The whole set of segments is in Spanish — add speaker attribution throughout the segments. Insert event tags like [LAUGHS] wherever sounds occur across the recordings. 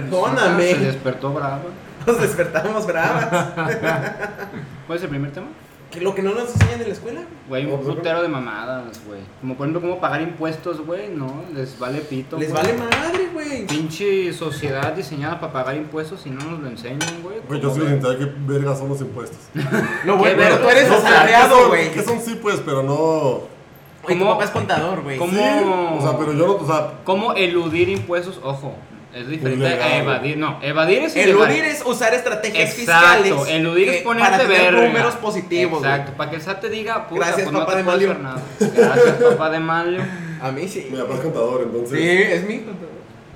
Speaker 1: Perdóname.
Speaker 2: Se despertó brava.
Speaker 1: [LAUGHS] Nos despertamos
Speaker 2: [LAUGHS]
Speaker 1: bravas.
Speaker 2: ¿Cuál es el primer tema?
Speaker 1: que lo que no nos enseñan en la escuela.
Speaker 2: Güey,
Speaker 1: O-
Speaker 2: un putero de mamadas, güey. Como por ejemplo, cómo pagar impuestos, güey, no, les vale pito.
Speaker 1: Les
Speaker 2: güey.
Speaker 1: vale madre, güey.
Speaker 2: Pinche sociedad diseñada para pagar impuestos y no nos lo enseñan, güey.
Speaker 3: Güey, yo
Speaker 2: ¿Cómo,
Speaker 3: soy
Speaker 2: güey?
Speaker 3: identidad que verga son los impuestos.
Speaker 1: No, güey,
Speaker 2: Qué
Speaker 1: pero tú eres
Speaker 2: verga.
Speaker 1: asalariado, güey.
Speaker 3: Que son sí, pues, pero no.
Speaker 1: Oye, tu
Speaker 2: ¿Cómo?
Speaker 1: papá es contador, güey.
Speaker 2: ¿Cómo?
Speaker 3: Sí, o sea, pero yo no, o sea,
Speaker 2: ¿Cómo eludir impuestos? Ojo, es diferente
Speaker 3: Ilegal,
Speaker 2: a
Speaker 3: güey.
Speaker 2: evadir. No, evadir es ilegal.
Speaker 1: Eludir es usar estrategias
Speaker 2: Exacto,
Speaker 1: fiscales.
Speaker 2: eludir es
Speaker 1: eh,
Speaker 2: ponerte
Speaker 1: para tener
Speaker 2: verga.
Speaker 1: números positivos, güey.
Speaker 2: Exacto, para que el SAT te diga, puta,
Speaker 1: Gracias,
Speaker 2: pues no
Speaker 1: papá
Speaker 2: te
Speaker 1: de
Speaker 2: puedo
Speaker 1: Malio.
Speaker 2: hacer nada. Gracias, papá de Malio.
Speaker 1: A mí sí.
Speaker 3: mi papá es contador, entonces.
Speaker 1: Sí, es mi contador.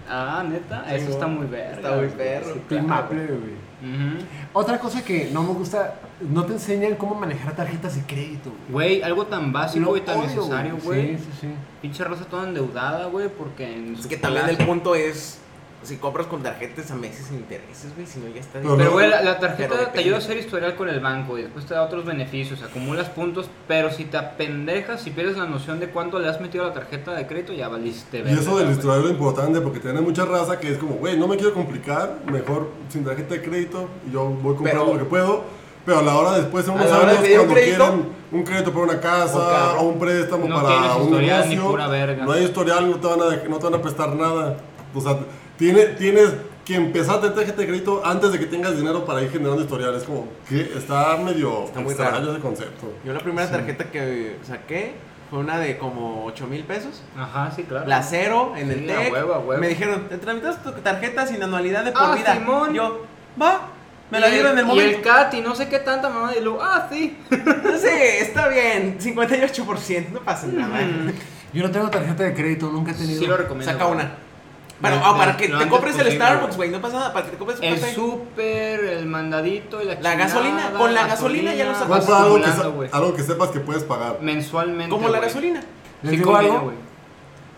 Speaker 2: Ah, neta,
Speaker 1: Sí,
Speaker 2: eso
Speaker 1: güey.
Speaker 2: está muy verga.
Speaker 1: Está muy
Speaker 2: güey.
Speaker 1: perro.
Speaker 2: Sí, claro.
Speaker 4: Este, Primaple, güey.
Speaker 2: Ujú.
Speaker 4: Otra cosa que no me gusta, no te enseñan cómo manejar tarjetas de crédito, güey.
Speaker 2: Güey, algo tan básico
Speaker 4: Lo
Speaker 2: y tan
Speaker 4: odio,
Speaker 2: necesario, güey.
Speaker 4: Sí, sí, sí.
Speaker 2: Pinche raza toda endeudada, güey, porque en
Speaker 1: Es
Speaker 2: su
Speaker 1: que también el
Speaker 2: palacio-
Speaker 1: punto es si compras con tarjetas a meses sin intereses, güey, si no ya está.
Speaker 3: Pero,
Speaker 2: Pero, güey, la,
Speaker 1: Pero
Speaker 2: la tarjeta te
Speaker 1: depende.
Speaker 2: ayuda a hacer historial con el banco y después te da otros beneficios, acumulas puntos, pero si te apendejas, si pierdes la noción de cuánto le has metido a la tarjeta de crédito, ya valiste.
Speaker 3: Y eso
Speaker 2: verga,
Speaker 3: del
Speaker 2: güey.
Speaker 3: historial es lo importante porque tiene mucha raza que es como, güey, no me quiero complicar, mejor sin tarjeta de crédito, y yo voy comprando
Speaker 1: Pero-
Speaker 3: lo que puedo. Pero a la hora después, en
Speaker 1: A
Speaker 3: unos
Speaker 1: la hora de
Speaker 3: años,
Speaker 1: pedir un
Speaker 3: cuando
Speaker 1: crédito,
Speaker 3: quieren un crédito para una casa
Speaker 1: o
Speaker 3: o un préstamo
Speaker 2: No
Speaker 3: para
Speaker 2: tienes
Speaker 3: un
Speaker 2: historial ni
Speaker 3: negocio,
Speaker 2: pura verga.
Speaker 3: no hay historial, no te, van a, dej- no te van a prestar nada. O sea, tiene, tienes que empezar a tener tarjeta de crédito antes de que tengas dinero para ir generando historial. Es como, que está medio
Speaker 1: Está muy
Speaker 3: extraño
Speaker 1: raro.
Speaker 3: ese concepto.
Speaker 1: Yo la primera tarjeta que saqué fue una de como 8 mil pesos.
Speaker 2: Ajá, sí, claro.
Speaker 1: La cero en
Speaker 2: Sí,
Speaker 1: el
Speaker 2: a
Speaker 1: TEC.
Speaker 2: huevo, a huevo.
Speaker 1: Me dijeron, ¿te tramitas tu tarjeta sin anualidad de por
Speaker 2: Ah,
Speaker 1: vida?
Speaker 2: Simón.
Speaker 1: Yo, va, me la
Speaker 2: Y
Speaker 1: dieron en el
Speaker 2: Y el
Speaker 1: momento.
Speaker 2: CAT y no sé qué tanta mamá de luego, ah, sí.
Speaker 1: [LAUGHS] Sí, está bien, 58%, no pasa nada.
Speaker 2: [LAUGHS]
Speaker 1: [LAUGHS]
Speaker 2: Mm.
Speaker 4: Yo no tengo tarjeta de crédito, nunca he tenido.
Speaker 2: Sí lo recomiendo.
Speaker 1: Saca
Speaker 2: güey.
Speaker 1: una. Bueno,
Speaker 2: Lo
Speaker 1: ah, para
Speaker 2: antes
Speaker 1: que te compres el
Speaker 2: posible,
Speaker 1: Starbucks,
Speaker 2: güey.
Speaker 1: güey, no pasa nada, para que te compres un
Speaker 2: El
Speaker 1: café.
Speaker 2: súper, el mandadito y la
Speaker 1: La gasolina,
Speaker 2: chingada,
Speaker 1: con la gasolina ya lo sacas.
Speaker 3: Compra
Speaker 2: vas
Speaker 3: algo que,
Speaker 2: acumulando,
Speaker 3: sa-
Speaker 2: güey.
Speaker 3: algo que sepas que puedes pagar.
Speaker 2: Mensualmente,
Speaker 1: Como la
Speaker 2: güey.
Speaker 1: gasolina.
Speaker 4: ¿Les
Speaker 2: Sí,
Speaker 4: digo
Speaker 2: conviene,
Speaker 4: algo?
Speaker 2: güey.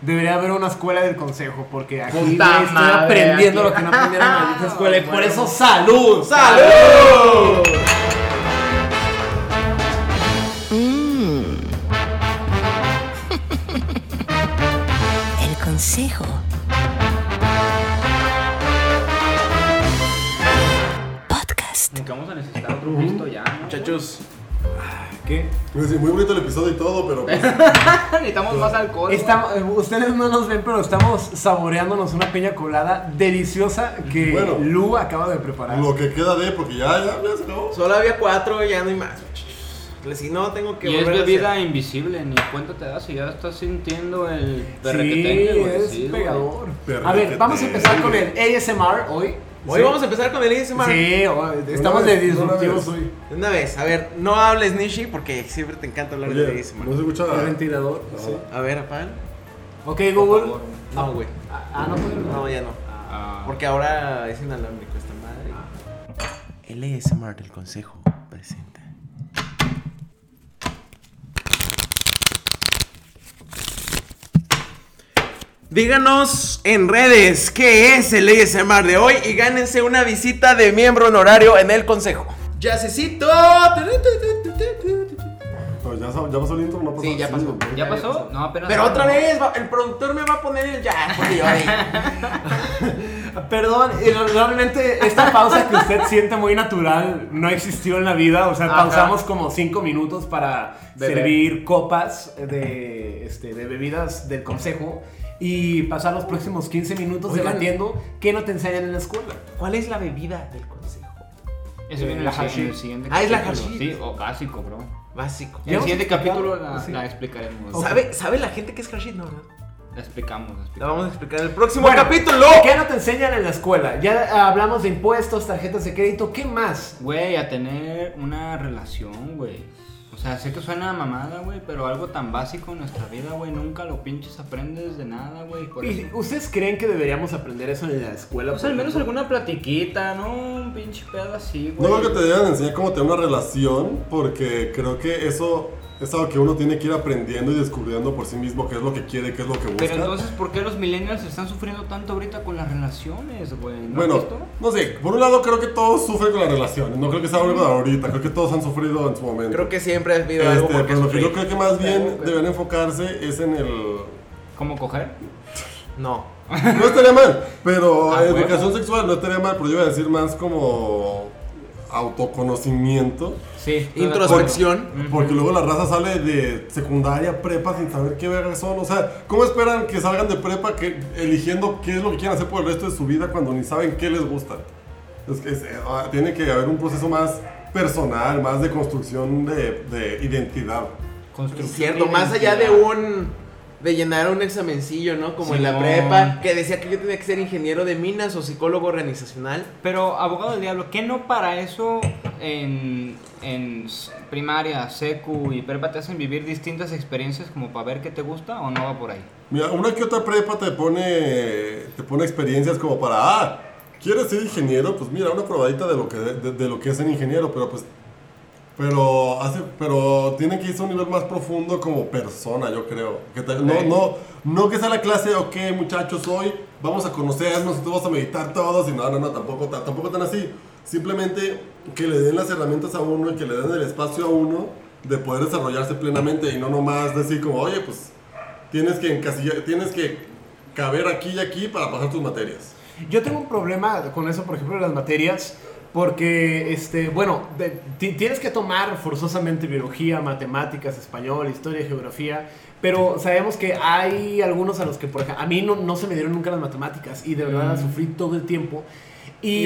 Speaker 4: Debería haber una escuela del consejo, porque aquí güey,
Speaker 2: Puta
Speaker 4: estoy
Speaker 2: madre,
Speaker 4: aprendiendo
Speaker 2: aquí.
Speaker 4: lo que no aprendieron en
Speaker 2: [LAUGHS]
Speaker 4: la maldita escuela. Y por
Speaker 2: Bueno.
Speaker 4: eso, ¡salud!
Speaker 1: ¡Salud!
Speaker 5: El consejo. Podcast.
Speaker 2: Aunque vamos a necesitar otro visto ya. ¿no?
Speaker 1: Muchachos,
Speaker 4: ¿Qué?
Speaker 3: Pues sí, muy bonito el episodio y todo,
Speaker 1: [LAUGHS]
Speaker 3: pero pues,
Speaker 2: Necesitamos más alcohol. güey.
Speaker 4: Estamos- eh, ustedes no nos ven, pero estamos saboreándonos una piña colada deliciosa que
Speaker 3: Bueno.
Speaker 4: Lu acaba de preparar.
Speaker 3: lo que queda de, porque ya, ya, ya se acabó.
Speaker 1: solo había cuatro, ya no hay más. muchachos. Si no, tengo que
Speaker 2: Y es
Speaker 1: volver a
Speaker 2: bebida
Speaker 1: hacer.
Speaker 2: invisible, ni cuenta te das y ya estás sintiendo el
Speaker 4: Sí,
Speaker 2: perrequetengue, güey,
Speaker 4: es
Speaker 2: sí, güey.
Speaker 4: pegador.
Speaker 3: Pero
Speaker 4: A ver,
Speaker 3: que
Speaker 4: vamos a
Speaker 3: te-
Speaker 4: empezar con el ASMR hoy.
Speaker 1: Hoy vamos a empezar con el ASMR.
Speaker 4: Sí, hoy- estamos
Speaker 3: Una
Speaker 4: de
Speaker 3: vez,
Speaker 4: disruptivos
Speaker 3: una vez.
Speaker 4: hoy.
Speaker 1: De Una vez, a ver, no hables Nishi porque siempre te encanta hablar de
Speaker 3: Oye,
Speaker 1: ASMR.
Speaker 3: no se escucha.
Speaker 4: El ventilador. sí.
Speaker 1: A ver, apagan.
Speaker 4: Ok, Google.
Speaker 1: No, güey.
Speaker 4: Ah, no puedo.
Speaker 1: No, ya no.
Speaker 2: Ah,
Speaker 1: Porque ahora es inalámbrico esta madre. Ah. El ASMR del consejo presenta. Díganos en redes qué es el ASMR de hoy y gánense una visita de miembro honorario en el consejo. Yacecito.
Speaker 3: Pero ya, sa- ya pasó el intro, no pasó.
Speaker 1: Sí, ya pasó.
Speaker 2: ¿Ya pasó? No, apenas.
Speaker 1: Pero otra vez, va- el productor me va a poner el ya. porque
Speaker 4: [LAUGHS]
Speaker 1: yo ahí.
Speaker 4: Perdón, y no- realmente esta pausa que usted siente muy natural no existió en la vida. O sea,
Speaker 2: Ajá.
Speaker 4: pausamos como 5 minutos para
Speaker 2: Beber.
Speaker 4: servir copas de, este, de bebidas del consejo y pasar los próximos 15 minutos
Speaker 1: Oigan.
Speaker 4: debatiendo qué no te enseñan en la escuela.
Speaker 1: ¿Cuál es la bebida del consejo?
Speaker 2: Eso viene
Speaker 4: La
Speaker 2: en el
Speaker 4: hashish.
Speaker 2: si- en el siguiente
Speaker 1: Ah, es la
Speaker 2: capítulo,
Speaker 1: hashish.
Speaker 2: Sí, o básico, bro.
Speaker 1: Básico.
Speaker 2: En el
Speaker 4: hemos
Speaker 2: siguiente
Speaker 4: explicado,
Speaker 2: capítulo la,
Speaker 4: sí.
Speaker 2: la explicaremos.
Speaker 1: ¿Sabe, ¿Sabe la gente que es Hashish? No, no.
Speaker 2: La explicamos, la
Speaker 1: La
Speaker 2: explicamos.
Speaker 1: vamos a explicar en el próximo
Speaker 4: Bueno,
Speaker 1: capítulo.
Speaker 4: ¿Qué no te enseñan en la escuela? Ya hablamos de impuestos, tarjetas de crédito, ¿qué más?
Speaker 2: Güey, a tener una relación, güey. O sea, sé que suena a mamada, güey, pero algo tan básico en nuestra vida, güey, nunca lo pinches aprendes de nada, güey. por
Speaker 4: ¿Y
Speaker 2: eso-
Speaker 4: ¿Ustedes creen que deberíamos aprender eso en la escuela?
Speaker 2: O sea,
Speaker 4: por
Speaker 2: Pues al menos
Speaker 4: ejemplo?
Speaker 2: alguna platiquita, ¿no? Un pinche pedo así,
Speaker 3: No
Speaker 2: güey.
Speaker 3: creo que te deben enseñar cómo tener una relación, porque creo que eso es algo que uno tiene que ir aprendiendo y descubriendo por sí mismo qué es lo que quiere, qué es lo que busca.
Speaker 2: Pero entonces, ¿por qué los millennials están sufriendo tanto ahorita con las relaciones, güey? ¿No has
Speaker 3: bueno,
Speaker 2: visto?
Speaker 3: no sé, por un lado creo que todos sufren con las relaciones, no creo que sea algo de ahorita, creo que todos han sufrido en su momento.
Speaker 1: Creo que siempre has vivido algo
Speaker 3: Este,
Speaker 1: por qué
Speaker 3: pero lo que yo
Speaker 1: sufrir.
Speaker 3: creo que más bien deben enfocarse es en el...
Speaker 2: ¿Cómo coger?
Speaker 1: No.
Speaker 3: [LAUGHS] No estaría mal, pero
Speaker 2: Ah,
Speaker 3: educación
Speaker 2: huevo.
Speaker 3: sexual no estaría mal, pero yo iba a decir más como autoconocimiento.
Speaker 2: Sí. estoy de
Speaker 1: Introspección.
Speaker 2: acuerdo. Ujú.
Speaker 3: Porque luego la raza sale de secundaria, prepa, sin saber qué verga son. O sea, ¿cómo esperan que salgan de prepa que, eligiendo qué es lo que quieren hacer por el resto de su vida cuando ni saben qué les gusta? Es que es- eh, ah, tiene que haber un proceso más personal, más de construcción de, de identidad.
Speaker 2: Construcción
Speaker 1: Cierto, más allá de un. De llenar un examencillo, ¿no? Como en la
Speaker 2: Simón.
Speaker 1: prepa, que decía que yo tenía que ser ingeniero de minas o psicólogo organizacional.
Speaker 2: Pero, abogado del diablo, ¿qué no para eso en, en s- primaria, secu y prepa te hacen vivir distintas experiencias como para ver qué te gusta o no va por ahí?
Speaker 3: Mira, una que otra prepa te pone, te pone experiencias como para, ah, ¿quieres ser ingeniero? Pues mira, una probadita de lo que, de, de lo que es ser ingeniero, pero pues, pero, hace, pero tiene que irse a un nivel más profundo como persona, yo creo. Que te- no,
Speaker 2: Ok.
Speaker 3: no, no que sea la clase, ok, muchachos, hoy vamos a conocernos, tú vas a meditar todos, y no, no, no, tampoco, ta- tampoco tan así. Simplemente que le den las herramientas a uno y que le den el espacio a uno de poder desarrollarse plenamente y no nomás decir como, oye, pues Tienes que encasillar, tienes que caber aquí y aquí para pasar tus materias.
Speaker 4: Yo tengo un problema con eso, por ejemplo, de las materias, porque, este, bueno, de- ti- tienes que tomar forzosamente biología, matemáticas, español, historia, geografía, pero sabemos que hay algunos a los que, por ejemplo, a mí no, no se me dieron nunca las matemáticas y de verdad las sufrí todo el tiempo. Y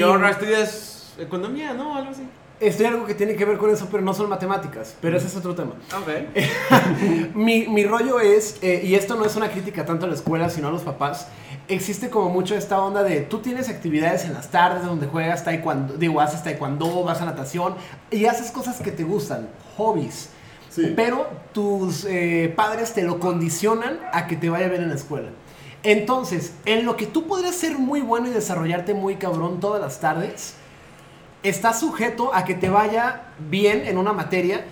Speaker 1: Y ahora estudias economía, ¿no? Algo así.
Speaker 4: estoy algo que tiene que ver con eso, pero no son matemáticas, pero ese es otro tema.
Speaker 1: Ok.
Speaker 4: mi, mi rollo es, eh, y esto no es una crítica tanto a la escuela, sino a los papás, existe como mucho esta onda de tú tienes actividades en las tardes donde juegas taekwondo, digo, haces taekwondo, vas a natación y haces cosas que te gustan, hobbies.
Speaker 3: Sí.
Speaker 4: Pero tus eh, padres te lo condicionan a que te vaya bien en la escuela. Entonces, en lo que tú podrías ser muy bueno y desarrollarte muy cabrón todas las tardes, estás sujeto a que te vaya bien en una materia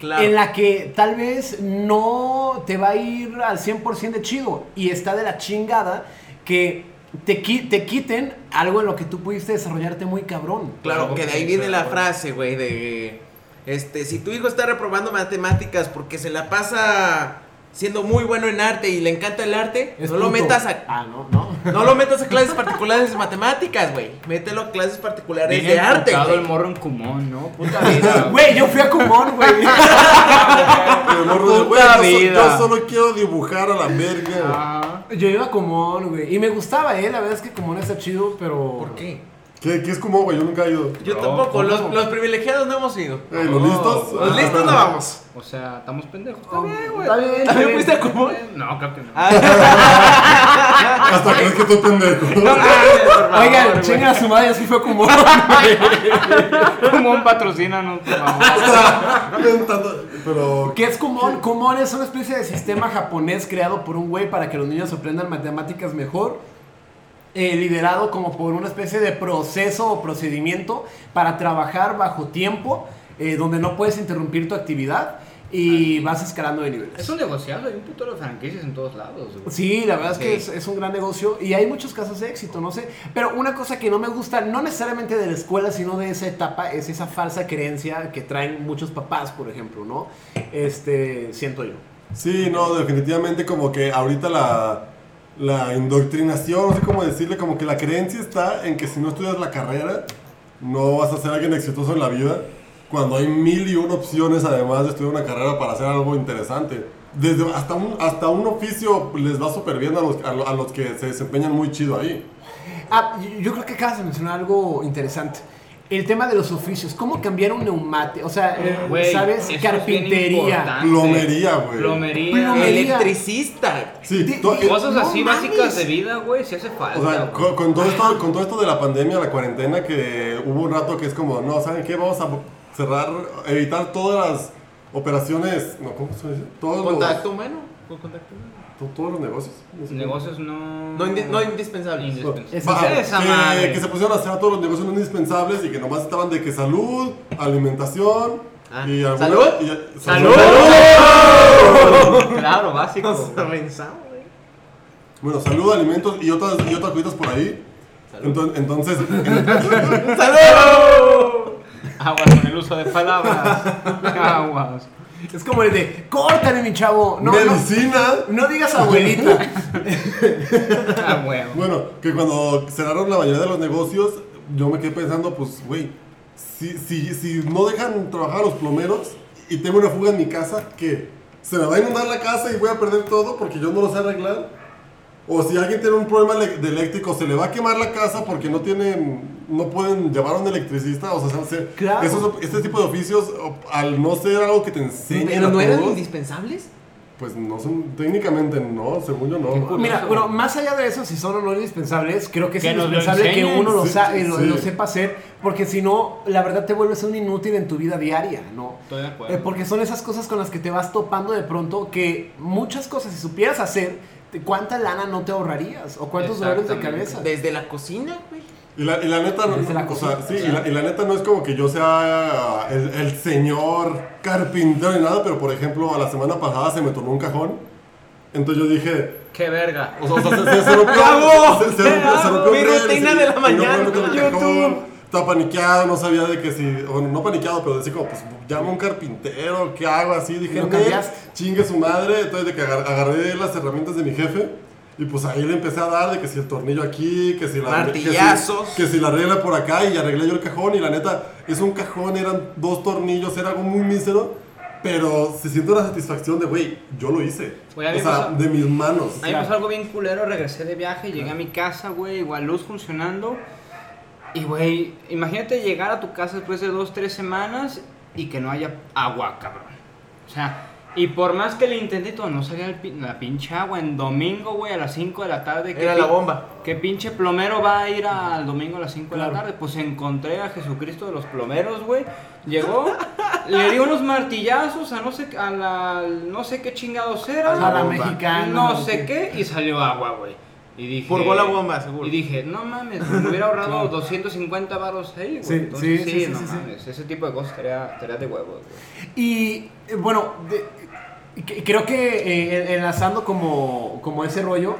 Speaker 1: Claro.
Speaker 4: en la que tal vez no te va a ir al 100% de chido y está de la chingada que te, qui- te quiten algo en lo que tú pudiste desarrollarte muy cabrón.
Speaker 1: Claro, que de ahí viene la frase, güey, de... Este, si tu hijo está reprobando matemáticas porque se la pasa siendo muy bueno en arte y le encanta el arte,
Speaker 4: Es
Speaker 1: no lo,
Speaker 4: punto.
Speaker 1: metas a,
Speaker 4: Ah, no, no.
Speaker 1: no lo metas a clases particulares de matemáticas, güey. Mételo a clases particulares
Speaker 2: Bien
Speaker 1: de arte,
Speaker 2: enfocado
Speaker 1: güey.
Speaker 2: el morro en Kumon, ¿no?
Speaker 1: [LAUGHS]
Speaker 2: Puta vida.
Speaker 4: Güey, yo fui a Kumon, güey.
Speaker 3: Pero no, güey,
Speaker 2: Puta
Speaker 3: yo, so-
Speaker 2: vida.
Speaker 3: yo solo quiero dibujar a la verga.
Speaker 2: Ah,
Speaker 4: Yo iba a Kumon, güey. Y me gustaba, eh. La verdad es que Kumon está chido, pero.
Speaker 1: ¿Por qué?
Speaker 3: ¿Qué, qué es como, güey? Yo nunca he ido.
Speaker 1: Yo
Speaker 2: No,
Speaker 1: tampoco,
Speaker 2: ¿cómo?
Speaker 1: los, los privilegiados no hemos ido.
Speaker 3: Ey, ¿Los listos?
Speaker 1: Los
Speaker 3: Ah,
Speaker 1: listos no vamos.
Speaker 2: o sea, estamos pendejos.
Speaker 4: Está bien, está
Speaker 1: ¿También
Speaker 4: bien.
Speaker 1: fuiste a Kumon?
Speaker 2: No, creo que no.
Speaker 3: Hasta crees que estoy pendejo.
Speaker 1: [LAUGHS]
Speaker 3: [LAUGHS]
Speaker 4: Oigan, chingan a su madre, yo sí fui a Kumon.
Speaker 2: [LAUGHS] Kumon patrocínanos, por favor.
Speaker 3: Tanto- Pero,
Speaker 4: ¿Qué es Kumon? Kumon es una especie de sistema japonés creado por un güey para que los niños aprendan matemáticas mejor. eh, liderado como por una especie de proceso o procedimiento para trabajar bajo tiempo, eh, donde no puedes interrumpir tu actividad y vas escalando de niveles.
Speaker 2: Es un negociado, hay un puto de franquicias en todos lados, güey.
Speaker 4: Sí, la verdad es que es,
Speaker 1: Sí.
Speaker 4: es un gran negocio y hay muchos casos de éxito, no sé. Pero una cosa que no me gusta, no necesariamente de la escuela, sino de esa etapa, es esa falsa creencia que traen muchos papás, por ejemplo, ¿no? Este, siento yo.
Speaker 3: sí, no, definitivamente como que ahorita la, la indoctrinación, no sé cómo decirle, como que la creencia está en que si no estudias la carrera, no vas a ser alguien exitoso en la vida. Cuando hay mil y una opciones, además de estudiar una carrera para hacer algo interesante. Desde hasta un, hasta un oficio les va súper bien a los, a, lo- a los que se desempeñan muy chido ahí.
Speaker 4: Ah, yo- yo creo que acabas de mencionar algo interesante. El tema de los oficios, ¿cómo cambiar un neumático? O sea, eh,
Speaker 2: Güey,
Speaker 4: ¿sabes?
Speaker 2: eso es bien
Speaker 4: Carpintería.
Speaker 2: importante.
Speaker 3: Plomería, güey.
Speaker 2: Plomería.
Speaker 4: Plomería.
Speaker 1: Electricista.
Speaker 3: Sí,
Speaker 4: Di-
Speaker 3: to-
Speaker 4: di-
Speaker 3: eh,
Speaker 2: Cosas
Speaker 4: No
Speaker 2: así
Speaker 4: mames.
Speaker 2: básicas de vida, güey, si hace falta.
Speaker 3: o sea,
Speaker 2: güey.
Speaker 3: con, con todo esto, con todo esto de la pandemia, la cuarentena, que hubo un rato que es como, no, ¿saben qué? Vamos a cerrar, evitar todas las operaciones, no, ¿cómo se dice? Todos
Speaker 1: Contacto humano. con contacto humano.
Speaker 3: los, to- todos los negocios. No sé.
Speaker 2: Negocios no.
Speaker 1: No, indi- no indispensable.
Speaker 2: Indispensable.
Speaker 4: Es
Speaker 3: Va,
Speaker 4: hacer
Speaker 2: esa
Speaker 3: que-
Speaker 2: madre.
Speaker 3: que, se pusieron a hacer todos los negocios no indispensables y que nomás estaban de que salud, alimentación
Speaker 1: Ah,
Speaker 3: y alguna-
Speaker 1: ¿salud?
Speaker 3: y-
Speaker 2: ¡Salud! claro, básico.
Speaker 1: Nos avanzamos, güey.
Speaker 3: Bueno, salud, alimentos y otras, y otras cositas por ahí. Enton- Entonces, en-
Speaker 1: ¡Salud!
Speaker 2: Aguas con el uso de palabras. Aguas.
Speaker 4: Es como el de, córtale, mi chavo. [LAUGHS] No, no,
Speaker 3: Medicina.
Speaker 4: no digas abuelita.
Speaker 3: [LAUGHS]
Speaker 2: A Ah, huevo.
Speaker 3: Bueno, que cuando cerraron la mayoría de los negocios, yo me quedé pensando, pues, güey, si, si, si no dejan trabajar a los plomeros y tengo una fuga en mi casa, que se me va a inundar la casa y voy a perder todo porque yo no lo sé arreglar. O si alguien tiene un problema ele- de eléctrico, se le va a quemar la casa porque no tienen, no pueden llevar a un electricista. O sea, se- se-
Speaker 4: Claro.
Speaker 3: esos- este tipo de oficios, o- al no ser algo que te enseñen
Speaker 1: ¿Pero
Speaker 3: a
Speaker 1: no eran
Speaker 3: todos,
Speaker 1: indispensables?
Speaker 3: pues no son, técnicamente no, según yo no.
Speaker 2: curioso.
Speaker 4: Mira, bueno, más allá de eso, si son o no indispensables, creo que es
Speaker 2: Que nos lo
Speaker 4: indispensable que
Speaker 2: enseñen.
Speaker 4: uno lo,
Speaker 3: Sí,
Speaker 4: sa- eh,
Speaker 3: sí,
Speaker 4: lo-
Speaker 3: sí.
Speaker 4: lo sepa hacer, porque si no, la verdad te vuelves un inútil en tu vida diaria, ¿no?
Speaker 2: Estoy de acuerdo.
Speaker 4: Eh, porque son esas cosas con las que te vas topando de pronto que muchas cosas, si supieras hacer, te- ¿cuánta lana no te ahorrarías? ¿O cuántos dolores de
Speaker 2: Exactamente.
Speaker 4: cabeza?
Speaker 1: Desde la cocina, güey.
Speaker 3: Y la, y la neta no,
Speaker 4: Desde la
Speaker 3: o sea,
Speaker 4: cocina,
Speaker 3: sí, y la, y la neta no es como que yo sea el, el señor carpintero ni nada, pero por ejemplo, a la semana pasada se me tomó un cajón. Entonces yo dije,
Speaker 2: Qué verga.
Speaker 3: o sea, o sea, se, se,
Speaker 1: [LAUGHS]
Speaker 3: se rompió,
Speaker 1: ¿Qué hago?
Speaker 3: se, se
Speaker 1: ¿Qué
Speaker 3: rompió, se
Speaker 1: hago?
Speaker 3: rompió
Speaker 1: Mi
Speaker 3: un reel,
Speaker 1: rutina
Speaker 3: y-
Speaker 1: de la
Speaker 3: y no
Speaker 1: mañana,
Speaker 3: puedo meter el
Speaker 1: YouTube.
Speaker 3: cajón. Estaba paniqueado, no sabía de que si, bueno, no paniqueado, pero decía como, pues llamo a un carpintero, ¿qué hago? Así dije,
Speaker 4: Lo
Speaker 3: "Nel,
Speaker 4: cambiaste.
Speaker 3: chingue su madre. Entonces de que agar- agarré las herramientas de mi jefe y pues ahí le empecé a dar de que si el tornillo aquí, que si la
Speaker 1: Martillazos.
Speaker 3: que si- que si la regla por acá y arreglé yo el cajón y la neta es un cajón, eran dos tornillos, era algo muy mísero, pero se siente una satisfacción de, güey, yo lo hice.
Speaker 2: Güey, a mí
Speaker 3: o sea,
Speaker 2: me
Speaker 3: de mis manos.
Speaker 2: A mí me pasó algo bien culero, regresé de viaje, llegué a mi casa, güey, igual luz funcionando. Y, güey, imagínate llegar a tu casa después de dos, tres semanas y que no haya agua, cabrón. O sea, y por más que le intenté y todo, no salía el pi- la pinche agua. En domingo, güey, a las 5 de la tarde. ¿qué
Speaker 1: Era la
Speaker 2: pin-
Speaker 1: bomba.
Speaker 2: ¿Qué pinche plomero va a ir al domingo a las 5 de la
Speaker 4: Claro.
Speaker 2: tarde? Pues encontré a Jesucristo de los plomeros, güey. Llegó, le dio unos martillazos a no sé, a la, no sé qué chingados era.
Speaker 4: A la,
Speaker 3: bomba.
Speaker 4: mexicana.
Speaker 2: No sé qué, y salió agua, güey. Y dije.
Speaker 1: Purgó la bomba, seguro.
Speaker 2: Y dije, no mames, me hubiera ahorrado 250 baros ahí, güey.
Speaker 4: Sí,
Speaker 2: Entonces,
Speaker 4: sí,
Speaker 2: sí,
Speaker 4: sí, sí,
Speaker 2: no
Speaker 4: sí, sí.
Speaker 2: mames. Ese tipo de cosas estaría, estaría de huevos, güey.
Speaker 4: Y eh, bueno, de- que- creo que eh, enlazando como, como ese rollo,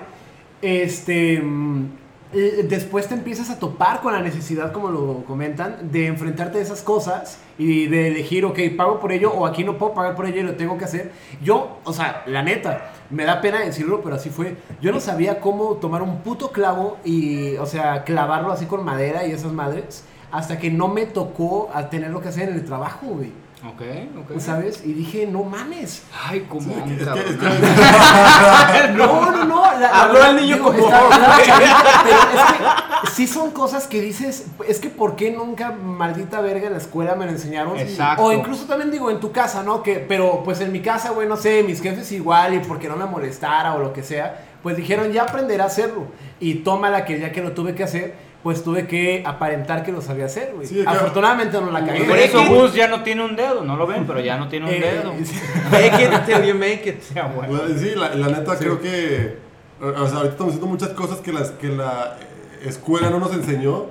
Speaker 4: este, mm, eh, después te empiezas a topar con la necesidad, como lo comentan, de enfrentarte a esas cosas y de elegir, ok, pago por ello o aquí no puedo pagar por ello y lo tengo que hacer. Yo, o sea, la neta, me da pena decirlo, pero así fue. Yo no sabía cómo tomar un puto clavo y, o sea, clavarlo así con madera y esas madres. Hasta que no me tocó a tener lo que hacer en el trabajo, güey.
Speaker 2: Ok, ok.
Speaker 4: Pues, ¿Sabes? Y dije, no mames.
Speaker 2: Pues, [LAUGHS] Ay, como
Speaker 3: Es que-
Speaker 2: un
Speaker 3: es que-
Speaker 2: cabrón.
Speaker 3: es que-
Speaker 2: Ah,
Speaker 4: No, no, no. la- la-
Speaker 1: Habló al niño
Speaker 4: digo,
Speaker 1: como-
Speaker 4: está- está chavito, pero es que sí son cosas que dices, es que ¿por qué nunca maldita verga en la escuela me la enseñaron?
Speaker 2: Exacto.
Speaker 4: O incluso también digo, en tu casa, ¿no? Que, pero pues en mi casa, güey, no sé, mis jefes igual y porque no me molestara o lo que sea, pues dijeron, ya aprenderá a hacerlo. Y tómala que ya que lo tuve que hacer, pues tuve que aparentar que lo sabía hacer, güey.
Speaker 3: Sí, claro.
Speaker 4: Afortunadamente no la
Speaker 2: Y
Speaker 4: cagué.
Speaker 2: Por eso
Speaker 1: ¿Qué?
Speaker 2: Gus ya no tiene un dedo, no lo ven, pero ya no tiene un
Speaker 4: Eh,
Speaker 2: dedo.
Speaker 1: Make it till you make it.
Speaker 2: Ya, güey.
Speaker 3: la- sí, la, la neta creo que. O sea, ahorita estamos haciendo muchas cosas que, las, que la eh, escuela no nos enseñó,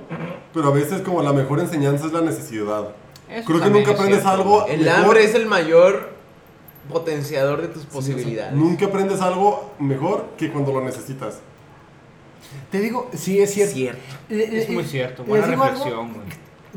Speaker 3: pero a veces, como la mejor enseñanza es la necesidad.
Speaker 2: Eso
Speaker 3: creo que
Speaker 2: también
Speaker 3: nunca
Speaker 2: es
Speaker 3: aprendes
Speaker 2: cierto,
Speaker 3: algo.
Speaker 1: El
Speaker 3: mejor-
Speaker 1: hambre es el mayor potenciador de tus posibilidades.
Speaker 3: Nunca aprendes algo mejor que cuando lo necesitas.
Speaker 4: Te digo, sí, es cierto. Le- le-
Speaker 2: Es muy cierto,
Speaker 4: les
Speaker 2: buena
Speaker 4: digo algo,
Speaker 2: reflexión, güey.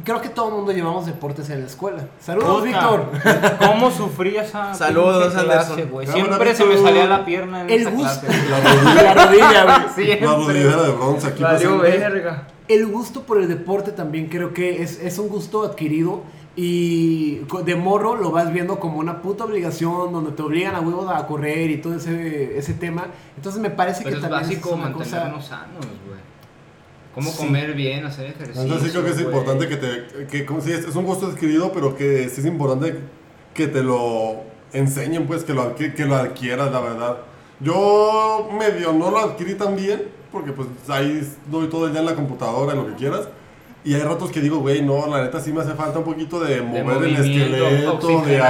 Speaker 4: Creo que todo el mundo llevamos deportes en la escuela. Saludos,
Speaker 2: Puta,
Speaker 4: Víctor.
Speaker 2: [LAUGHS] ¿Cómo sufrí esa
Speaker 1: Saludos,
Speaker 2: pinche clase,
Speaker 1: Anderson.
Speaker 2: güey?
Speaker 3: Cámara,
Speaker 2: Siempre se me
Speaker 3: Víctor.
Speaker 2: salía la pierna en
Speaker 4: El
Speaker 2: esa
Speaker 4: gusto.
Speaker 2: clase. [LAUGHS]
Speaker 3: La rodilla,
Speaker 4: La rodilla, güey.
Speaker 2: Siempre.
Speaker 3: la rodillera de bronce aquí.
Speaker 2: Valió
Speaker 3: presente.
Speaker 2: verga.
Speaker 4: El gusto por el deporte también creo que es, es un gusto adquirido y co- de morro lo vas viendo como una puta obligación donde te obligan a huevos a correr y todo ese, ese tema. Entonces me parece
Speaker 2: Pero
Speaker 4: que
Speaker 2: es
Speaker 4: también esa
Speaker 2: básico
Speaker 4: es una cosa...
Speaker 2: mantenernos sanos, güey. Cómo comer bien, hacer ejercicio.
Speaker 3: Entonces sí creo que es
Speaker 2: güey.
Speaker 3: importante que te... Que, como si es, es un gusto adquirido, pero que sí es importante que te lo enseñen, pues, que lo, adqui- que lo adquieras, la verdad. Yo medio no lo adquirí tan bien, porque pues ahí doy todo el día en la computadora, en lo que quieras. Y hay ratos que digo, güey, no, la neta sí me hace falta un poquito de mover el
Speaker 2: movimiento,
Speaker 3: esqueleto, de
Speaker 2: oxigenación,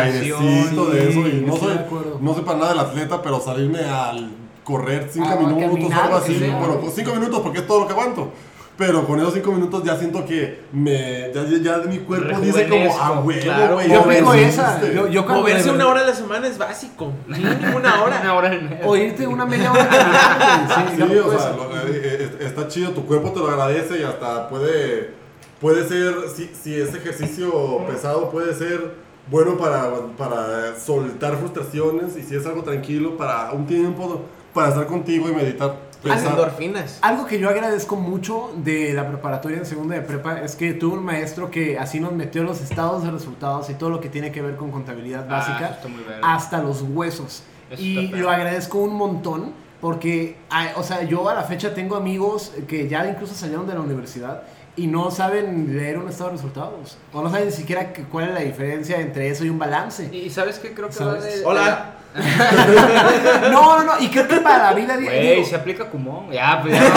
Speaker 3: airecito, de eso. Y
Speaker 4: sí,
Speaker 3: no
Speaker 4: estoy
Speaker 3: soy,
Speaker 4: de acuerdo.
Speaker 3: no soy para nada el atleta, pero salirme al correr cinco
Speaker 4: Ah,
Speaker 3: minutos
Speaker 4: caminar,
Speaker 3: o algo
Speaker 4: lo que
Speaker 3: así.
Speaker 4: sea.
Speaker 3: Bueno, pues, cinco minutos porque es todo lo que aguanto. Pero con esos cinco minutos ya siento que me, ya, ya- ya mi cuerpo dice como,
Speaker 2: Rejuvenezco,
Speaker 3: ah, güey,
Speaker 1: claro.
Speaker 3: güey,
Speaker 1: Yo
Speaker 3: ya
Speaker 4: aplico
Speaker 3: me
Speaker 4: esa.
Speaker 3: hiciste".
Speaker 4: Yo- yo cuando
Speaker 1: Moverse
Speaker 4: de-
Speaker 1: una hora a la semana es básico. Mínimo una
Speaker 2: [LAUGHS] Una
Speaker 1: hora.
Speaker 2: hora en medio.
Speaker 4: O irte una media hora. caminando, güey. Sí,
Speaker 3: Sí,
Speaker 4: pues.
Speaker 3: o
Speaker 4: yo aplico
Speaker 3: sea,
Speaker 4: eso.
Speaker 3: lo- eh, eh, está chido, tu cuerpo te lo agradece y hasta puede puede ser, si, si es ejercicio pesado, puede ser bueno para, para soltar frustraciones y si es algo tranquilo, para un tiempo, para estar contigo y meditar.
Speaker 1: Las
Speaker 3: pensar.
Speaker 1: endorfinas.
Speaker 4: Algo que yo agradezco mucho de la preparatoria en segunda de prepa es que tuve un maestro que así nos metió los estados de resultados y todo lo que tiene que ver con contabilidad
Speaker 2: Ah, eso
Speaker 4: básica
Speaker 2: está muy verga.
Speaker 4: hasta los huesos.
Speaker 2: Eso
Speaker 4: Y
Speaker 2: está
Speaker 4: lo
Speaker 2: perro.
Speaker 4: agradezco un montón porque, ah, o sea, yo a la fecha tengo amigos que ya incluso salieron de la universidad y no saben leer un estado de resultados. O no saben ni siquiera que- cuál es la diferencia entre eso y un balance.
Speaker 2: [LAUGHS] Y sabes qué creo que va
Speaker 4: ¿Sabes?
Speaker 2: de.
Speaker 1: Hola.
Speaker 4: No, no, no. Y creo que para la vida... di-
Speaker 2: Güey,
Speaker 4: digo,
Speaker 2: se aplica Kumon. Ya, pues ya. [LAUGHS]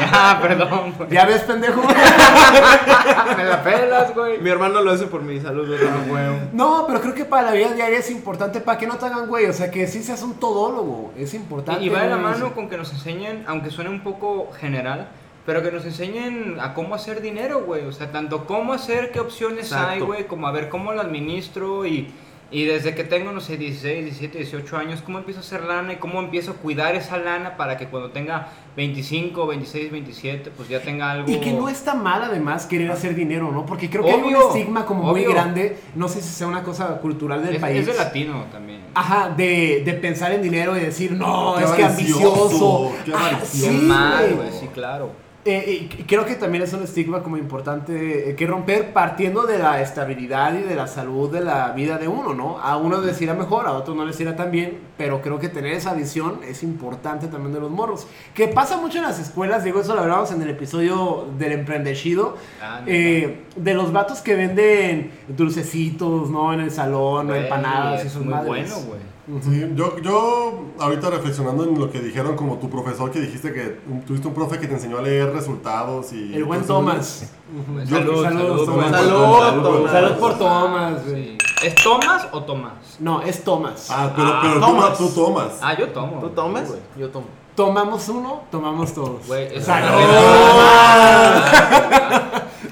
Speaker 2: ya, perdón. güey.
Speaker 4: ya
Speaker 2: [LAUGHS]
Speaker 4: ves, pendejo.
Speaker 2: Me la pelas, güey.
Speaker 1: Mi hermano lo hace por mi salud. hermano.
Speaker 4: No, pero creo que para la vida diaria es importante para que no te hagan güey. O sea, que sí seas un todólogo. Es importante.
Speaker 2: Y va de la
Speaker 4: güey.
Speaker 2: mano con que nos enseñen, aunque suene un poco general, pero que nos enseñen a cómo hacer dinero, güey. O sea, tanto cómo hacer, qué opciones hay,
Speaker 1: Exacto.
Speaker 2: güey, como a ver cómo lo administro y, y desde que tengo, no sé, 16, 17, 18 años, cómo empiezo a hacer lana y cómo empiezo a cuidar esa lana para que cuando tenga 25, 26, 27, pues ya tenga algo.
Speaker 4: Y que no está mal además querer hacer dinero, ¿no? Porque creo que hay un
Speaker 2: Obvio,
Speaker 4: estigma como muy
Speaker 2: obvio.
Speaker 4: grande. No sé si sea una cosa cultural del
Speaker 2: es,
Speaker 4: país. Ah,
Speaker 2: es de latino también.
Speaker 4: Ajá, de, de pensar en dinero y decir, no,
Speaker 3: Qué
Speaker 4: es que
Speaker 3: avaricioso,
Speaker 4: ambicioso.
Speaker 3: qué
Speaker 4: Ah,
Speaker 3: avaricioso.
Speaker 2: Qué
Speaker 4: sí,
Speaker 2: mal,
Speaker 4: güey.
Speaker 2: güey, sí, claro.
Speaker 4: Eh, y c- creo que también es un estigma como importante eh, que romper partiendo de la estabilidad y de la salud de la vida de uno, ¿no? A uno les irá mejor, a otro no les irá tan bien, pero creo que tener esa visión es importante también de los morros. Que pasa mucho en las escuelas, digo, eso lo hablamos en el episodio del emprendecido,
Speaker 2: Ah, no,
Speaker 4: eh, de los vatos que venden dulcecitos, ¿no? En el salón,
Speaker 2: Güey,
Speaker 4: empanadas, y
Speaker 2: es
Speaker 4: sus
Speaker 2: muy
Speaker 4: madres.
Speaker 2: bueno, güey.
Speaker 3: Sí, yo, yo ahorita reflexionando en lo que dijeron como tu profesor que dijiste que un- tuviste un profe que te enseñó a leer resultados y...
Speaker 4: El buen
Speaker 3: cosas así.
Speaker 4: Thomas.
Speaker 3: Yo-
Speaker 2: Salud,
Speaker 4: Salud,
Speaker 2: salud,
Speaker 3: Thomas.
Speaker 2: güey.
Speaker 1: Salud, Thomas.
Speaker 4: Salud por Tomás, güey.
Speaker 2: Sí. ¿Es Tomás o Tomás?
Speaker 4: No, es Tomás.
Speaker 3: Ah, pero,
Speaker 2: Ah,
Speaker 3: pero tú-
Speaker 1: Thomas.
Speaker 3: tú, tomas.
Speaker 2: Ah, yo tomo.
Speaker 1: ¿Tú
Speaker 2: güey.
Speaker 1: tomas?
Speaker 2: Sí, güey.
Speaker 1: Yo tomo.
Speaker 4: Tomamos uno, tomamos todos.
Speaker 2: Güey, es-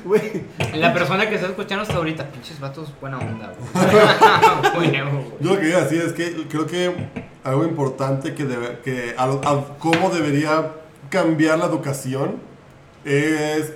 Speaker 4: Güey.
Speaker 2: La persona que está escuchando hasta ahorita, pinches vatos, buena onda,
Speaker 4: [LAUGHS]
Speaker 2: güey. Huevo, güey.
Speaker 3: Yo lo que quería decir es que creo que algo importante que, debe- que a, lo- a cómo debería cambiar la educación es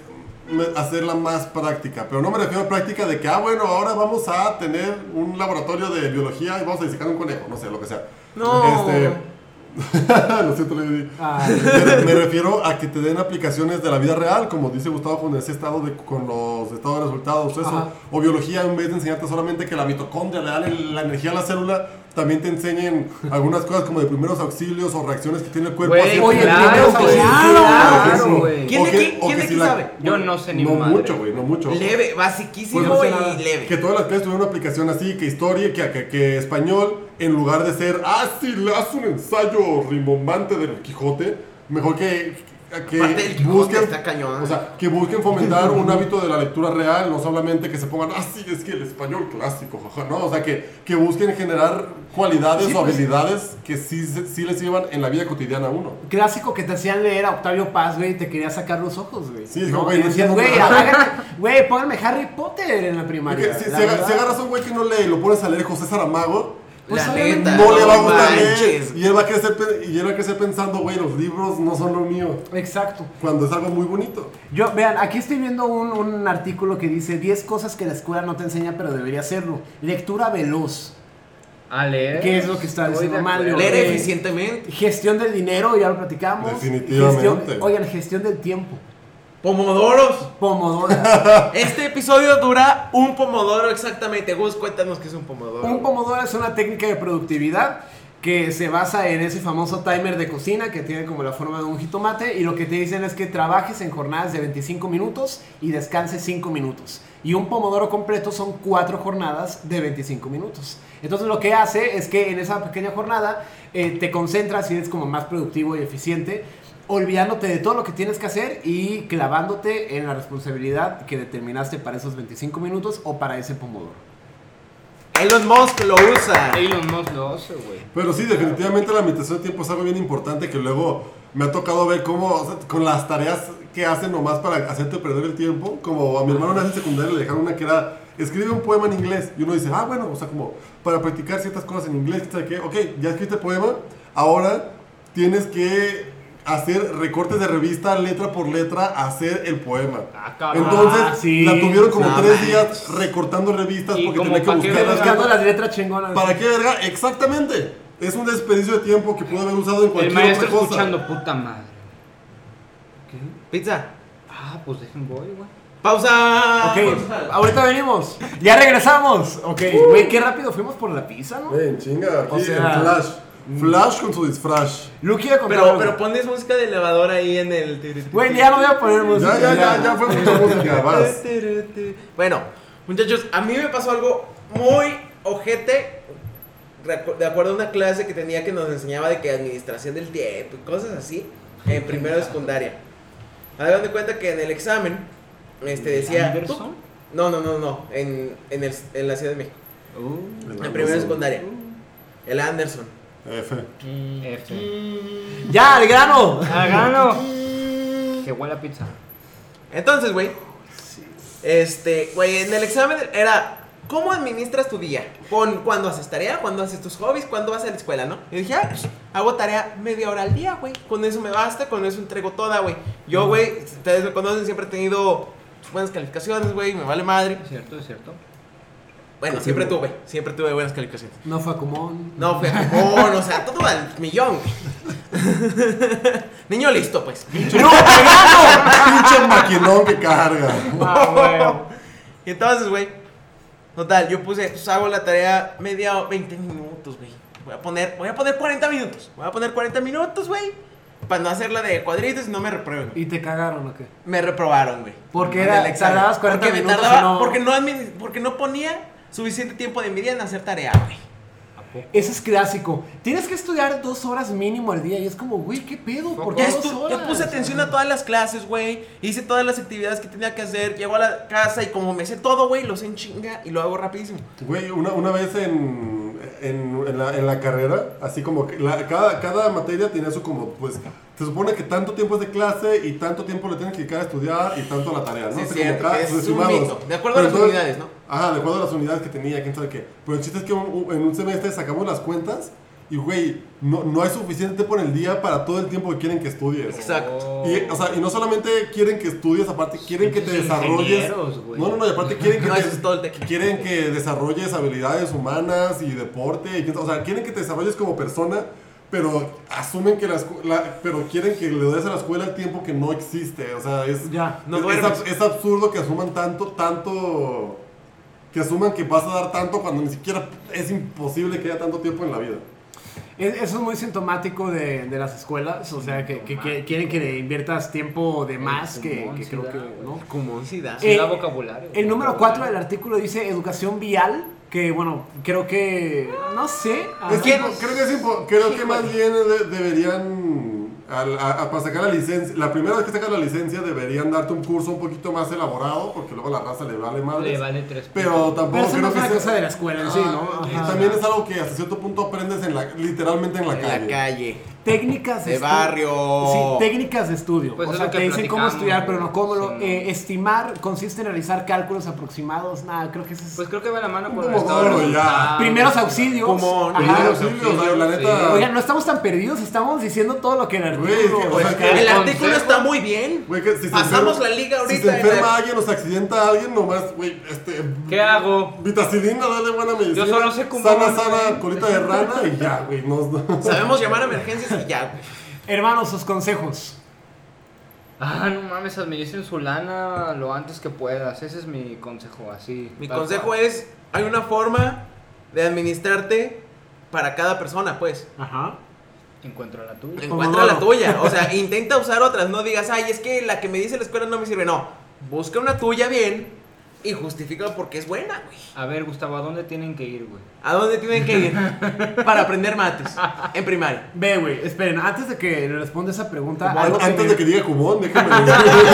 Speaker 3: me- hacerla más práctica. Pero no me refiero a práctica de que, ah, bueno, ahora vamos a tener un laboratorio de biología y vamos a disecar un conejo, no sé, lo que sea.
Speaker 1: No.
Speaker 3: Este, [LAUGHS]
Speaker 1: Ah.
Speaker 3: lo siento, Lady.
Speaker 4: Ay.
Speaker 3: Me- Me refiero a que te den aplicaciones de la vida real, como dice Gustavo con ese estado de, con los estados de resultados, eso.
Speaker 4: Ajá.
Speaker 3: O biología, en vez de enseñarte solamente que la mitocondria le da la energía a la célula, también te enseñen algunas cosas como de primeros auxilios o reacciones que tiene el cuerpo.
Speaker 2: Güey,
Speaker 3: hacia-
Speaker 4: Oye,
Speaker 2: claro,
Speaker 4: primero,
Speaker 2: güey,
Speaker 4: claro,
Speaker 2: claro,
Speaker 3: o
Speaker 2: güey.
Speaker 1: ¿Quién de
Speaker 3: que-
Speaker 1: aquí-
Speaker 3: o
Speaker 1: quién
Speaker 3: que
Speaker 1: de
Speaker 3: si
Speaker 1: aquí
Speaker 3: la-
Speaker 1: sabe?
Speaker 2: Yo no sé ni
Speaker 3: No
Speaker 2: madre.
Speaker 3: mucho, güey, no mucho.
Speaker 1: Leve,
Speaker 3: Bueno,
Speaker 1: basiquísimo
Speaker 3: o sea,
Speaker 1: y
Speaker 3: Que
Speaker 1: leve.
Speaker 3: todas las clases tuvieron una aplicación así, que historia, que, que, que español, en lugar de ser, ah, sí, le haz un ensayo rimbombante del Quijote, mejor que, que
Speaker 1: Aparte del Quijote está cañón.
Speaker 3: O sea, que busquen fomentar un hábito de la lectura real, no solamente que se pongan, ah, sí, es que el español clásico, jaja", no, o sea, que, que busquen generar cualidades o
Speaker 1: pues.
Speaker 3: habilidades que sí, se- sí les sirvan en la vida cotidiana a uno.
Speaker 4: Clásico que te hacían leer a Octavio Paz, güey, y te quería sacar los ojos, güey.
Speaker 3: Sí, dijo, güey,
Speaker 4: Y
Speaker 3: no
Speaker 4: decías,
Speaker 3: entiendo
Speaker 4: güey,
Speaker 3: nada".
Speaker 4: hágate- güey, pónganme Harry Potter en la primaria.
Speaker 3: Porque si,
Speaker 4: la
Speaker 3: si aga-
Speaker 4: verdad.
Speaker 3: si agarras a un güey que no lee y lo pones a leer José Saramago,
Speaker 4: Pues
Speaker 1: la
Speaker 4: obviamente
Speaker 1: neta.
Speaker 3: no le va a gustar leer.
Speaker 1: manches.
Speaker 3: Y él va a crecer, pe- y él va a crecer pensando, güey, los libros no son lo mío.
Speaker 4: Exacto.
Speaker 3: Cuando es algo muy bonito.
Speaker 4: Yo, vean, aquí estoy viendo un, un artículo que dice 10 cosas que la escuela no te enseña, pero debería hacerlo. Lectura veloz.
Speaker 2: A leer.
Speaker 4: ¿Qué es lo que está
Speaker 2: Estoy
Speaker 4: diciendo
Speaker 2: de
Speaker 4: Mario?
Speaker 2: acuerdo.
Speaker 1: Leer
Speaker 4: eh,
Speaker 1: eficientemente.
Speaker 4: Gestión del dinero, ya lo platicamos.
Speaker 3: Definitivamente.
Speaker 4: Gestión- oigan, gestión del tiempo.
Speaker 1: Pomodoros.
Speaker 4: Pomodora.
Speaker 1: Este episodio dura un pomodoro exactamente. Gus, cuéntanos qué es un pomodoro.
Speaker 4: Un pomodoro es una técnica de productividad que se basa en ese famoso timer de cocina que tiene como la forma de un jitomate y lo que te dicen es que trabajes en jornadas de 25 minutos y descanses 5 minutos. Y un pomodoro completo son 4 jornadas de 25 minutos. Entonces lo que hace es que en esa pequeña jornada eh, te concentras y eres como más productivo y eficiente, olvidándote de todo lo que tienes que hacer y clavándote en la responsabilidad que determinaste para esos 25 minutos o para ese pomodoro.
Speaker 1: Elon Musk lo usa.
Speaker 2: Elon Musk lo hace, güey.
Speaker 3: Pero sí, definitivamente la meditación de tiempo es algo bien importante que luego me ha tocado ver cómo, o sea, con las tareas que hacen nomás para hacerte perder el tiempo, como a mi hermano una vez en secundaria le dejaron una que era, escribe un poema en inglés, y uno dice, ah, bueno, o sea, como para practicar ciertas cosas en inglés, ¿sabes qué? Ok, ya escribiste el poema, ahora tienes que hacer recortes de revista letra por letra, hacer el poema.
Speaker 4: Ah, cabrón.
Speaker 3: Entonces,
Speaker 4: Ah, sí.
Speaker 3: la tuvieron como
Speaker 1: No
Speaker 3: tres
Speaker 1: manches.
Speaker 3: días recortando revistas
Speaker 2: Y
Speaker 3: porque
Speaker 2: como
Speaker 3: tenía que
Speaker 2: pa' qué
Speaker 3: buscar
Speaker 2: verga.
Speaker 4: Buscando las letras chingonas.
Speaker 3: ¿Para qué verga? Exactamente. Es un desperdicio de tiempo que pudo haber usado en
Speaker 2: El
Speaker 3: cualquier
Speaker 2: maestro
Speaker 3: otra cosa.
Speaker 2: escuchando, puta madre. ¿Qué?
Speaker 1: Pizza.
Speaker 2: Ah, pues dejen voy, güey.
Speaker 1: Pausa.
Speaker 4: Ok, ahorita venimos. Ya regresamos. Ok, güey, qué rápido fuimos por la pizza, ¿no?
Speaker 3: Ven, chinga, aquí
Speaker 4: O sea,
Speaker 3: el Flash. Flash con su disfraz.
Speaker 4: Luke iba a contar
Speaker 1: Pero,
Speaker 4: algo.
Speaker 1: pero pones música de elevador ahí en el.
Speaker 4: Güey, ya no voy a poner música.
Speaker 3: Ya, ya, Pues ya, ya fue mucha música, vas.
Speaker 1: Bueno, muchachos, a mí me pasó algo muy ojete. recu- De acuerdo a una clase que tenía que nos enseñaba de que administración del tiempo y cosas así, en primero de secundaria. Hagan de cuenta que en el examen, este decía.
Speaker 2: ¿Anderson?
Speaker 1: No, no, no, no, en, en, el, en la Ciudad de México.
Speaker 2: Uh.
Speaker 1: En primero de secundaria. El Anderson.
Speaker 3: F. [LAUGHS]
Speaker 2: F. Ah,
Speaker 4: Ya, al grano.
Speaker 2: ¡Agano! Que huele a pizza.
Speaker 1: Entonces, güey. Este, güey, en el examen era ¿cómo administras tu día? Pon cuándo haces tarea, cuándo haces tus hobbies, cuándo vas a la escuela, ¿no? Y dije, ah, pues, hago tarea media hora al día, güey. Con eso me basta, con eso entrego toda, güey. Yo, güey, si ustedes me conocen, siempre he tenido buenas calificaciones, güey, me vale madre.
Speaker 2: ¿Es cierto? ¿Es cierto?
Speaker 1: Bueno, siempre tuve, siempre tuve buenas calificaciones.
Speaker 4: No fue común.
Speaker 1: No, fue a cupón, o sea, todo al millón, [LAUGHS] güey. Niño listo, pues.
Speaker 3: Pinche maquinón que carga.
Speaker 2: Ah, bueno.
Speaker 1: Y entonces, güey. Total, yo puse, pues hago la tarea media o- 20 minutos, güey. Voy a poner, voy a poner 40 minutos. Voy a poner 40 minutos, güey. Para no hacerla de cuadritos y no me reprueben. güey.
Speaker 4: ¿Y te cagaron o qué?
Speaker 1: Me reprobaron, güey.
Speaker 4: Porque
Speaker 1: En
Speaker 4: era-
Speaker 1: el examen.
Speaker 4: tardabas 40
Speaker 1: porque me
Speaker 4: minutos
Speaker 1: tardaba-
Speaker 4: y no-
Speaker 1: Porque no, admi- porque no ponía suficiente tiempo de mi día en hacer tarea, güey.
Speaker 4: Ese es clásico. Tienes que estudiar dos horas mínimo al día y es como, güey, ¿qué pedo? ¿Por
Speaker 1: Ya
Speaker 4: qué dos
Speaker 1: estu-
Speaker 4: horas?
Speaker 1: yo puse atención a todas las clases, güey. Hice todas las actividades que tenía que hacer. Llego a la casa y como me sé todo, güey, lo sé en chinga y lo hago rapidísimo.
Speaker 3: Güey, una, una vez en, en, en la, en la carrera, así como que la- cada, cada materia tenía su como, pues, se supone que tanto tiempo es de clase y tanto tiempo le tienen que dedicar a estudiar y tanto a la tarea, ¿no?
Speaker 1: Sí, es
Speaker 3: Así como
Speaker 1: cierto,
Speaker 3: cada-
Speaker 1: que es un
Speaker 3: sumados.
Speaker 1: mito. De acuerdo a las unidades, ¿no?
Speaker 3: Ajá, de acuerdo a las unidades que tenía, quién sabe qué. Pero el chiste es que un- un- en un semestre sacamos las cuentas y, güey, no, no hay suficiente tiempo en el día para todo el tiempo que quieren que estudies.
Speaker 1: Exacto.
Speaker 3: Y, o sea, y no solamente quieren que estudies, aparte quieren que te
Speaker 2: Pinches
Speaker 3: desarrolles.
Speaker 2: ingenieros, güey.
Speaker 3: No, no, no, y aparte quieren
Speaker 1: [LAUGHS]
Speaker 3: que,
Speaker 1: No,
Speaker 3: te-
Speaker 1: eso es todo el tec.
Speaker 3: quieren que desarrolles habilidades humanas y deporte. y quién sabe- o sea, quieren que te desarrolles como persona, pero asumen que la, escu- la- pero quieren que le des a la escuela el tiempo que no existe. O sea, es,
Speaker 4: Ya,
Speaker 1: no
Speaker 3: es- es,
Speaker 1: duermes.
Speaker 3: ab- es absurdo que asuman tanto, tanto. Que asuman que vas a dar tanto cuando ni siquiera es imposible que haya tanto tiempo en la vida.
Speaker 4: Es- Eso es muy sintomático de, de las escuelas, o sea, que, que- que quieren que le inviertas tiempo de más que,
Speaker 2: pulmón
Speaker 4: que
Speaker 2: sí
Speaker 4: creo
Speaker 2: da,
Speaker 4: que...
Speaker 2: güey.
Speaker 4: ¿no?
Speaker 1: Como ansiedad.
Speaker 2: Sí,
Speaker 4: Eh,
Speaker 2: da vocabulario.
Speaker 4: El número 4 del artículo dice educación vial, que bueno, creo que... No sé.
Speaker 3: Es
Speaker 4: ah,
Speaker 3: que no, creo que, es impo- creo que más bien de- deberían, al- a- a- para sacar la licencia, la primera vez que sacas la licencia deberían darte un curso un poquito más elaborado, porque luego a la raza le vale madre.
Speaker 2: Le vale tres
Speaker 3: Pero
Speaker 2: puntos.
Speaker 3: tampoco
Speaker 4: Pero eso no
Speaker 3: creo
Speaker 4: es
Speaker 3: que
Speaker 4: una
Speaker 3: sea-
Speaker 4: cosa de la escuela en sí, ¿no?
Speaker 3: Ah, y
Speaker 4: Ajá.
Speaker 3: También es algo que hasta cierto punto aprendes en la, literalmente en la
Speaker 1: en
Speaker 3: calle.
Speaker 1: la calle.
Speaker 4: Técnicas
Speaker 1: De
Speaker 4: estu-
Speaker 1: barrio.
Speaker 4: Sí, técnicas de estudio.
Speaker 2: Pues
Speaker 4: o
Speaker 2: es
Speaker 4: sea,
Speaker 2: lo que
Speaker 4: te dicen cómo
Speaker 2: platicamos,
Speaker 4: estudiar, pero no cómo lo.
Speaker 2: sí.
Speaker 4: eh, estimar consiste en realizar cálculos aproximados. Nada, creo que eso es.
Speaker 2: Pues ah, creo que va la mano con
Speaker 3: Como
Speaker 2: el estado de
Speaker 3: gordo, ya.
Speaker 2: resultados.
Speaker 4: primeros auxilios.
Speaker 1: Como-
Speaker 4: Ajá.
Speaker 3: Primeros auxilios, o sea, la neta-
Speaker 4: Oigan, pues, no estamos tan perdidos, estamos diciendo todo lo que el artículo.
Speaker 3: Güey, es que, o sea,
Speaker 4: está.
Speaker 3: que-
Speaker 1: El
Speaker 2: Consejo.
Speaker 1: artículo está muy bien.
Speaker 3: Güey, que si se
Speaker 1: Pasamos la
Speaker 3: enferma-
Speaker 1: liga ahorita.
Speaker 3: Si se
Speaker 1: en la-
Speaker 3: enferma alguien o se accidenta alguien, nomás, güey, este...
Speaker 2: ¿Qué hago?
Speaker 3: Vitacilina, dale buena medicina.
Speaker 2: solo sé cómo-
Speaker 3: Sana, sana, colita de rana y ya, güey. No, no.
Speaker 1: Sabemos llamar a emergencias y ya, güey.
Speaker 4: Hermanos, sus consejos.
Speaker 2: Ah, no mames, administren su lana lo antes que puedas. Ese es mi consejo, así.
Speaker 1: Mi consejo es, hay una forma de administrarte para cada persona, pues.
Speaker 4: Ajá.
Speaker 2: Encuentra la tuya.
Speaker 1: Encuentra la
Speaker 4: no?
Speaker 1: tuya. O sea, intenta usar otras. No digas, ay, es que la que me dice la escuela no me sirve. No, busca una tuya bien y justifica porque es buena, güey.
Speaker 2: A ver, Gustavo, ¿a dónde tienen que ir, güey?
Speaker 1: ¿A dónde tienen que ir para aprender mates? En primaria.
Speaker 4: Ve, güey, esperen, antes de que le responda esa pregunta, algo que,
Speaker 3: Antes
Speaker 4: me,
Speaker 3: de que diga cubón,
Speaker 4: [LAUGHS]
Speaker 3: déjame decir.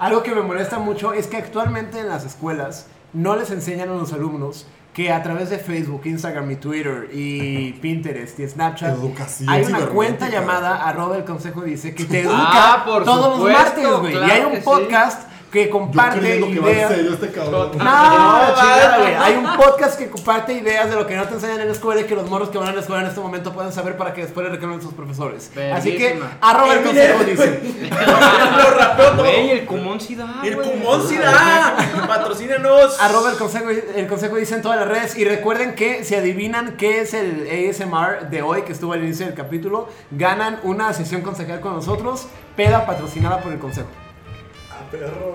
Speaker 4: algo que me molesta mucho es que actualmente en las escuelas no les enseñan a los alumnos que a través de Facebook, Instagram y Twitter y Pinterest y Snapchat
Speaker 3: Educación
Speaker 4: hay una
Speaker 3: cibernética.
Speaker 4: cuenta llamada arroba el consejo dice que te educa
Speaker 2: Ah, por
Speaker 4: todos
Speaker 2: supuesto,
Speaker 4: los martes, güey. y
Speaker 2: claro
Speaker 4: hay
Speaker 2: que
Speaker 4: un
Speaker 2: sí.
Speaker 4: podcast que
Speaker 3: Yo
Speaker 4: comparte
Speaker 3: creyendo que va en
Speaker 4: ideas.
Speaker 3: serio este cabrón.
Speaker 4: No,
Speaker 1: Ah,
Speaker 4: la
Speaker 1: no,
Speaker 4: chingada,
Speaker 1: no.
Speaker 4: güey. Hay un podcast que comparte ideas de lo que no te enseñan en la escuela y que los morros que van a la escuela en este momento pueden saber para que después le reclamen a sus profesores. Así que,
Speaker 2: Verguísima.
Speaker 4: arroba el
Speaker 1: Eminem,
Speaker 4: consejo, dice.
Speaker 1: Lo rapeó todo.
Speaker 2: Güey, el Kumon sí da.
Speaker 1: El
Speaker 2: güey.
Speaker 1: Kumon sí da. Patrocínanos.
Speaker 4: Arroba el consejo, el consejo dice en todas las redes. Y recuerden que si adivinan qué es el ASMR de hoy, que estuvo al inicio del capítulo, ganan una sesión consejera con nosotros, peda patrocinada por el consejo.
Speaker 3: Ah, perro.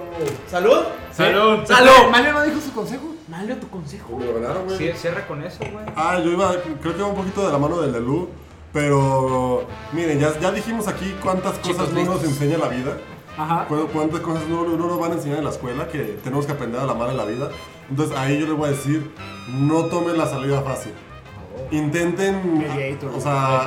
Speaker 1: Salud.
Speaker 2: Salud.
Speaker 1: Salud.
Speaker 4: Mario no dijo su consejo.
Speaker 1: Malo tu consejo.
Speaker 3: Me lo ganaron, güey.
Speaker 2: Sí, cierra con eso, güey.
Speaker 3: Ah, yo iba, creo que va un poquito de la mano del de Lu, pero miren, ya, ya dijimos aquí cuántas
Speaker 2: Chicos
Speaker 3: cosas no nos
Speaker 2: listos.
Speaker 3: enseña la vida,
Speaker 4: Ajá.
Speaker 3: cu- cuántas cosas no, no nos van a enseñar en la escuela, que tenemos que aprender a la mala en la vida. Entonces ahí yo les voy a decir, no tomen la salida fácil.
Speaker 2: Oh.
Speaker 3: Intenten,
Speaker 4: Mediator.
Speaker 3: o sea,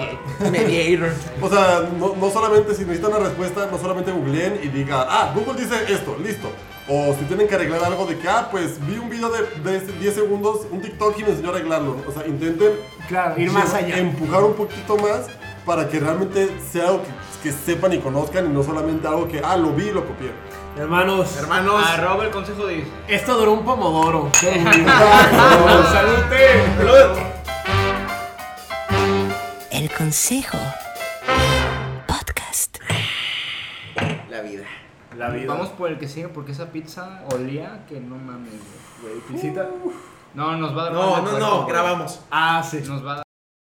Speaker 1: Mediator.
Speaker 3: o sea, no, no solamente si necesitan una respuesta, no solamente googleen y digan, ah, Google dice esto, listo. O si tienen que arreglar algo de que, ah, pues vi un video de, de 10 segundos, un TikTok y me enseñó a arreglarlo. O sea, intenten
Speaker 4: Claro, ir más
Speaker 3: lleva-
Speaker 4: allá.
Speaker 3: Empujar un poquito más para que realmente sea algo que, que sepan y conozcan y no solamente algo que, ah, lo vi y lo
Speaker 4: [LAUGHS]
Speaker 3: copié.
Speaker 4: Hermanos,
Speaker 1: Hermanos.
Speaker 2: Arroba el consejo dice.
Speaker 4: esto duró un pomodoro.
Speaker 1: Salute. Salud.
Speaker 5: El consejo. Podcast.
Speaker 1: La vida.
Speaker 4: La vida.
Speaker 2: Vamos por el que sigue porque esa pizza olía que no mames, güey.
Speaker 4: Visita.
Speaker 2: No, nos va a dar mal
Speaker 1: No,
Speaker 2: de
Speaker 1: no,
Speaker 2: puerco,
Speaker 1: no.
Speaker 2: güey.
Speaker 1: Grabamos.
Speaker 4: Ah, sí.
Speaker 2: Nos va a dar